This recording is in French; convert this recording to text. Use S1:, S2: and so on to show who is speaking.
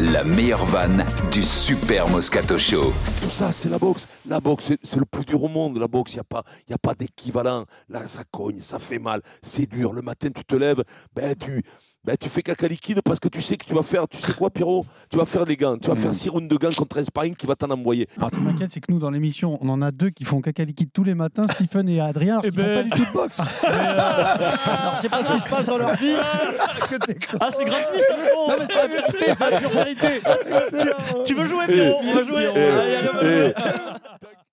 S1: la meilleure vanne du Super Moscato Show.
S2: Tout ça, c'est la boxe. La boxe, c'est- c'est le plus dur au monde. La boxe, il n'y a pas, y a pas d'équivalent. Là, ça cogne, ça fait mal, c'est dur. Le matin, tu te lèves, ben, tu, ben, tu fais caca liquide parce que tu sais que tu vas faire, tu sais quoi, Pierrot Tu vas faire les gants. Tu vas faire six rounds de gants contre un sparring qui va t'en envoyer.
S3: Alors, ce qui m'inquiète, c'est que nous, dans l'émission, on en a deux qui font caca liquide tous les matins, Stephen et Adrien, alors
S4: Eh
S3: qu'ils font
S4: ben.
S3: pas du tout de boxe. Alors, je sais pas ce qui se passe dans leur vie.
S4: Ah, c'est gratuit, c'est bon
S3: Non, mais c'est la vérité, c'est la pure vérité.
S4: Tu veux jouer, Pierrot On va jouer
S2: Eh,
S4: Allez, allez, on va jouer.
S2: eh,